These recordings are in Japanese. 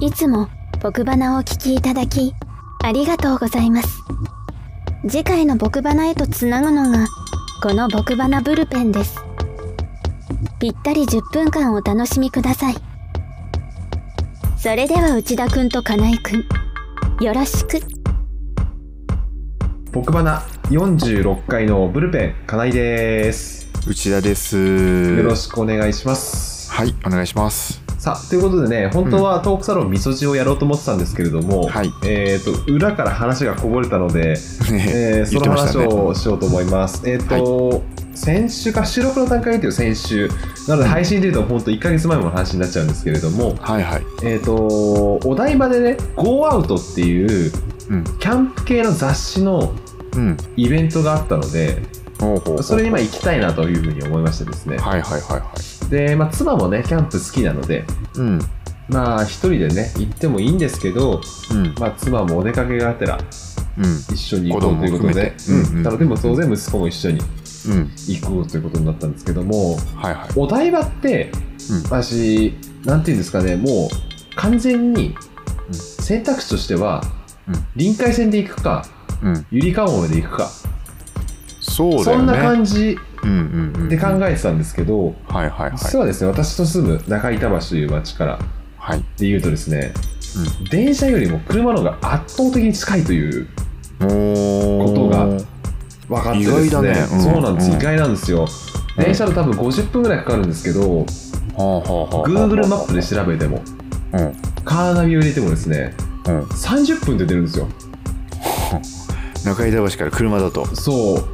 いつも僕バナをお聞きいただき、ありがとうございます。次回の僕バナへとつなぐのが、この僕バナブルペンです。ぴったり10分間お楽しみください。それでは内田くんと金井くん、よろしく。僕バナ46回のブルペン、金井です。内田です。よよろしくお願いします。はい、お願いします。さあ、ということでね、本当はトークサロンみそじをやろうと思ってたんですけれども、はいえっ、と、裏から話がこぼれたので、えーそ言ってのました話ねをしようと思います。えっ、と、先週か、収録の段階でいう先週、なので配信でいうと、本当1ヶ月前もの話になっちゃうんですけれども、はいはい。えっ、と、お台場でね、Go Out っていう、うんキャンプ系の雑誌のうん。イベントがあったので、ほうほうほうそれにまあ行きたいなというふうに思いましてですね。はいはいはいはで、まあ、妻もね、キャンプ好きなので、い。うん。まあ、一人でね、行ってもいいんですけど、うん。まあ、妻もお出かけがあったら、うん。一緒に行こうということで子供も含め、てうんうんうんなので、もう当然息子も一緒にうん。行こうということになったんですけども、はいはい。お台場って、うん私、なんていうんですかね、もう、完全に、うん選択肢としては、うん臨海線で行くか、うん。ゆりかごまで行くか、そうだそよね。んな感じうんうんうん。で考はいえてたんですけど、はいはい。実はですね、私と住む中板橋という町から、はい。で言うとですね、電車よりも車の方が圧倒的に近いというおことが分かってですね意外だねうんそうなんです、うん意外なんですようん電車だと多分50分ぐらいかかるんですけど、ほうほうほうほう。 Google マップで調べてもうん。カーナビを入れてもですねうん。 30分で出るんですよ中井田橋から車だと。そう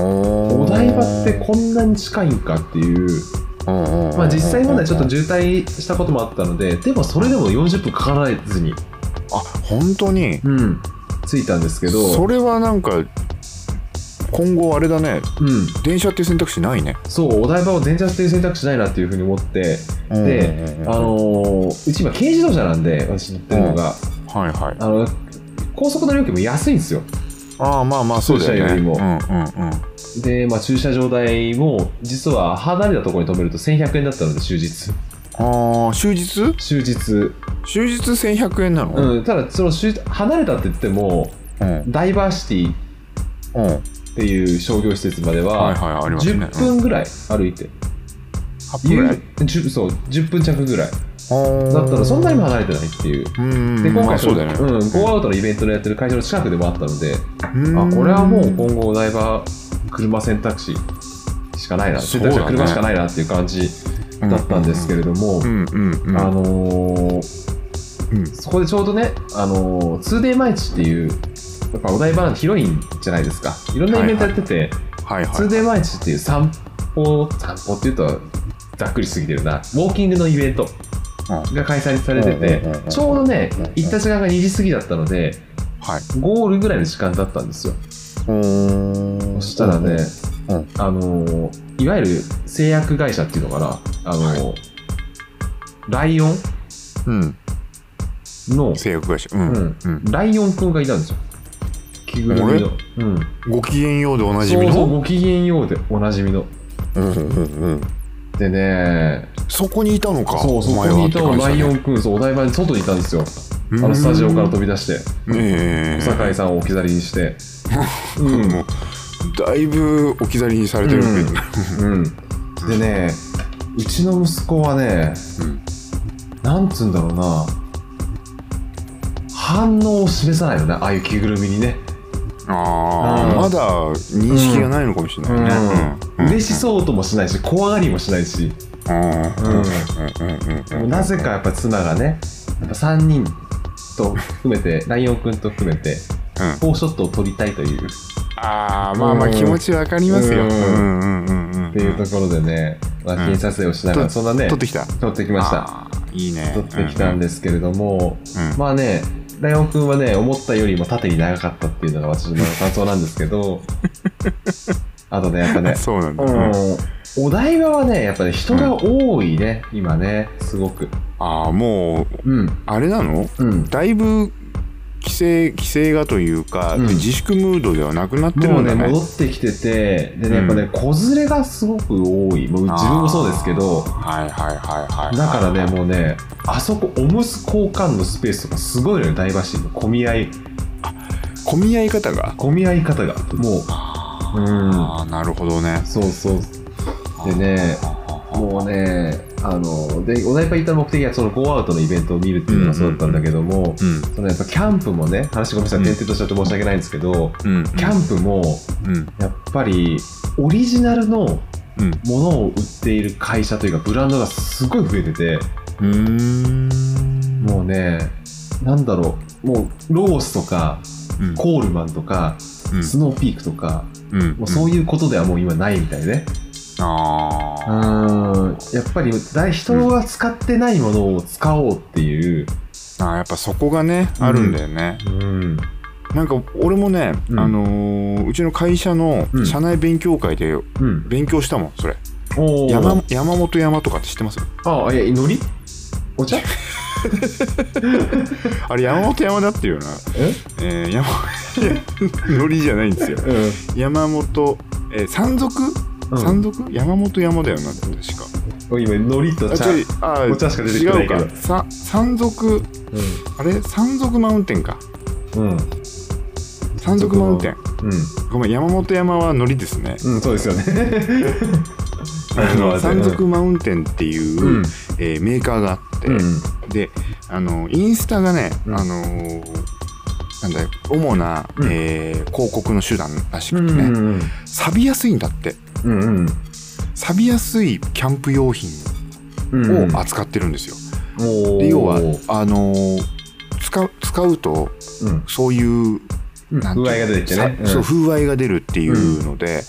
おお台場ってこんなに近いんかっていう、うん。まあ、実際問題ちょっとと。渋滞したこともあったのででもそれでも40分かからずに、あ、本当に。うん、着いたんですけどそれはなんか、今後あれだね。うん、電車っていう選択肢ないね。そうお台場を電車っていう選択肢ないなっていうふうに思ってでうんうんうんあのーうち今軽自動車なんで私乗ってるのが、はいはい。あの高速の料金も安いんですよああまあまあそうだよね。駐う車んうんうん。で、まあ、駐車場代も実は離れたところに止めると1100円だったので終日ああ終日？終日、終日1100円なの？うん、ただその終日離れたって言ってもうんダイバーシティっうん。はいていう商業施設まではいはありますね。 10分ぐらい歩いて、 8分ぐらい。 10そう10分弱ぐらいだだったらそんなにも離れてないっていう。うんうんうん。で今ま回あそうだよね。うん、ゴーアウトのイベントのやってる会社の近くでもあったので、うんあこれはもう今後お台場車選択肢しかないな、そ選うだ択肢ねは車しかないなっていう感じだったんですけれども、うんうんうん。あのーうんそこでちょうどね、あのー、2day 毎日っていうやっぱお台場なんて広いんじゃないですかいろんなイベントやってて、はいはい。 2day 毎日っていう散歩散歩っていうとざっくりしすぎてるなウォーキングのイベントが開催されてて、うんうんうんうんちょうどねうんうん行った時間が2時過ぎだったのではい。ゴールぐらいの時間だったんですよおそしたらね、うんあのーいわゆる製薬会社っていうのかな、あのーライオンうん。の、製薬会社。ううんん、うん。ライオンくんがいたんですよ。着ぐるみの。うん、ごきげんようでおなじみそうそうの。ごきげんようでおなじみの。うんうんうん。でね、そこにいたのか。そう、そおこ前はにっいてた感じだラねイオンくん、そう、お台場に外にいたんですよ。あの、スタジオから飛び出して、うんええお酒井さんを置き去りにして。うん、もうだいぶ置き去りにされてるけど、うん。でね、うちの息子はね、うんなんつうんだろうな反応を示さないのねああいう着ぐるみにね、あうんあまだ認識がないのかもしれないね、うん嬉しそうともしないし怖がりもしないし、うんうんうんうんうんなぜかやっぱ妻がねやっぱ3人と含めてライオンくんと含めてうんフォーショットを撮りたいというっああまあまあ気持ちわかりますよ、ううんん、うんうんうんていうところでね、まあ、記念撮影をしながら、うんそんなね取ってきた撮ってきましたあーいいね撮ってきたんですけれども、うんうんまあね、ライオンくんはね、思ったよりも縦に長かったっていうのが私の感想なんですけ ど、あとね、やっぱね、そうなんだ、ううんん、お台場はね、やっぱね、人が多いね、今ね、すごく。ああもううん、あれなのうん。だいぶ規制規制がというか、うん自粛ムードではなくなってるもうんね、だね戻ってきてて、でね、やっぱうね、子連れがすごく多い。もう自分もそうですけど、はいはいはいはいだからね、もうね、あそこ、おむす交換のスペースとかすごいのよ、ダイバーシティの。混み合い、混み合い方が混み合い方が。もう、うん。ああなるほどねそうそう。でね、もうね、あの、で、お台場行った目的は、そのゴーアウトのイベントを見るっていうのがそうだったんだけども、うんそのやっぱキャンプもね、話ごめんなさい、うん点々としちゃって申し訳ないんですけど、うんキャンプも、うんやっぱり、オリジナルのうんものを売っている会社というかブランドがすごい増えててうーんもうねなんだろうもうロースとかうんコールマンとかうんスノーピークとかうんもうそういうことではもう今ないみたいねあうあんやっぱりだい人が使ってないものを使おうっていうあーやっぱそこがねあるんだよね、うんなんか俺もね、うんあのーうちの会社のうん社内勉強会でうん勉強したもんそれおー山山本山とかって知ってますあいやのりお茶あれ山本山だっていうよなええー、山ノリじゃないんですようん山本、えー山賊、うん山賊山本山だよな確か今のりとあ茶ちょいあーお茶しか出てきてないけど違うかさ山賊あれ山賊マウンテンかうんうん山賊マウンテンうごめん山本山はノリです ねんうんそうですよね あの山う賊マウンテンっていう、んえーメーカーがあって、うんであのインスタがね、うんあのーなんだよ主な、うんえー広告の手段らしうくてんね、うん錆びやすいんだってうんうん錆びやすいキャンプ用品うんを扱ってるんですよ、おーで要はあのー使う使うとうんそういううんなんていう風合いが出てきてねさそう風合いが出るっていうので、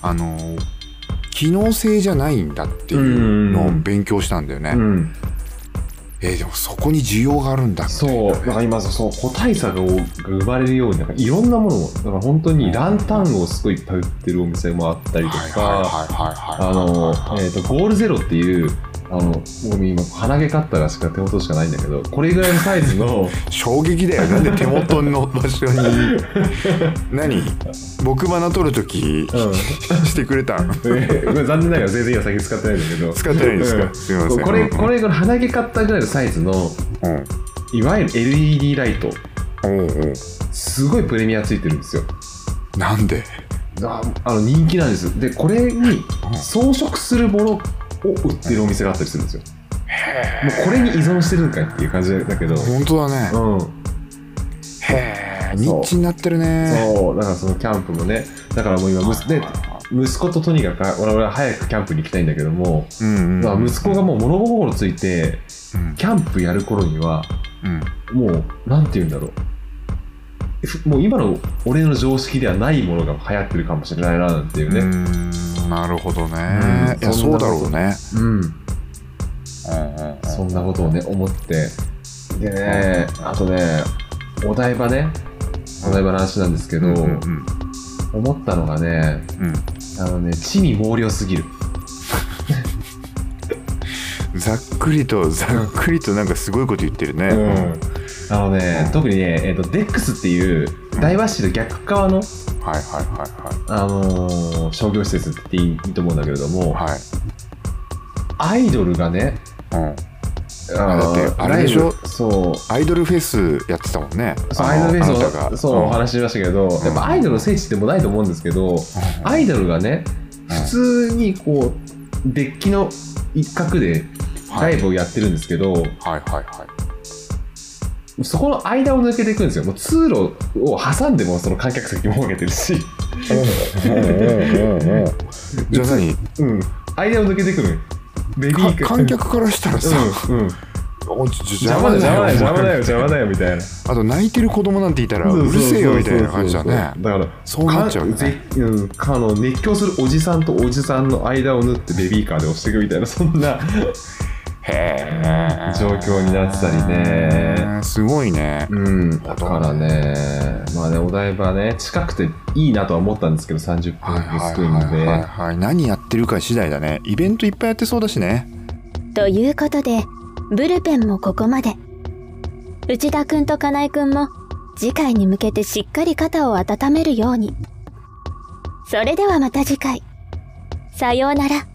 あのー機能性じゃないんだっていうのを勉強したんだよね、うんえーでもそこに需要があるんだそうだから今そう個体差が生まれるようになんかいろんなものをだから本当にランタンをすごいいっぱい売ってるお店もあったりとはいはいかはいはいあの、えー、とゴールゼロっていうあの僕今鼻毛カッターがしか手元しかないんだけどこれぐらいのサイズ の衝撃だよなんで手元の場 所に何僕花取る時、うん してくれたんえー残念ながら全然今先使ってないんだけど使ってないんですか、うんすみませんこれこれぐらい鼻毛カッターぐらいのサイズのうんいわゆる LED ライトおうおうすごいプレミアついてるんですよなんでああの人気なんですでこれに装飾するものを売ってるお店があったりするんですよもうこれに依存してるんかいっていう感じだけどう本当だねんへえそうニッチになってるねそうだからそのキャンプもねだからもう今息,、ね、息子ととにかく我々は早くキャンプに行きたいんだけども、うんまあ息子がもう物心ついてうんキャンプやる頃にはうんもうなんて言うんだろうふもう今の俺の常識ではないものが流行ってるかもしれないななんていううねんなるほどうねんいそやんそなうだろうねうんうんうんそんなことをね、思って。でね、あとね、お台場ね、お台場の話なんですけど、うんうんうん思ったのがね、あのね、地味猛量すぎる。うんざっくりと ざっくりとなんかすごいこと言ってるねうんあのね、特にね、えっと、デックスっていう、ダイバーシティの逆側の、はいはいはいあのー商業施設って言っていいと思うんだけれども、はいはいアイドルがね、うんのだってあれでしょライブそう、アイドルフェスやってたもんねそうあのアイドルベーあなたスがのそうお話ししましたけど、やっぱアイドルの聖地でもないと思うんですけど、うんアイドルがね、うん普通にこう、デッキの一角でライブをやってるんですけど、はいはいはいそこの間を抜けていくんですよ。もう通路を挟んでもその観客席も分けてるし、 じゃあ何うん、間を抜けてくる。ベビーかカー観客からしたらさ、うん、うん、おちょちょ邪魔だよ、邪魔だよ、邪魔だよ、よ邪魔だよ、みたいな。あと泣いてる子供なんていたらうそうるそうそうせえよみたいな感じだそうそねうそうだから、そうなっちゃうよねかぜうん、かあの熱狂するおじさんとおじさんの間を縫ってベビーカーで押していくみたいな、そんな。へえ状況になってたりねすごいねうん、だからね、まあね、お台場ね、近くていいなとは思ったんですけど、30はいは分い少はいないんはい、で。はい、何やってるか次第だねイベントいっぱいやってそうだしねということで、ブルペンもここまで。内田くんと金井くんも次回に向けてしっかり肩を温めるように。それではまた次回。さようなら。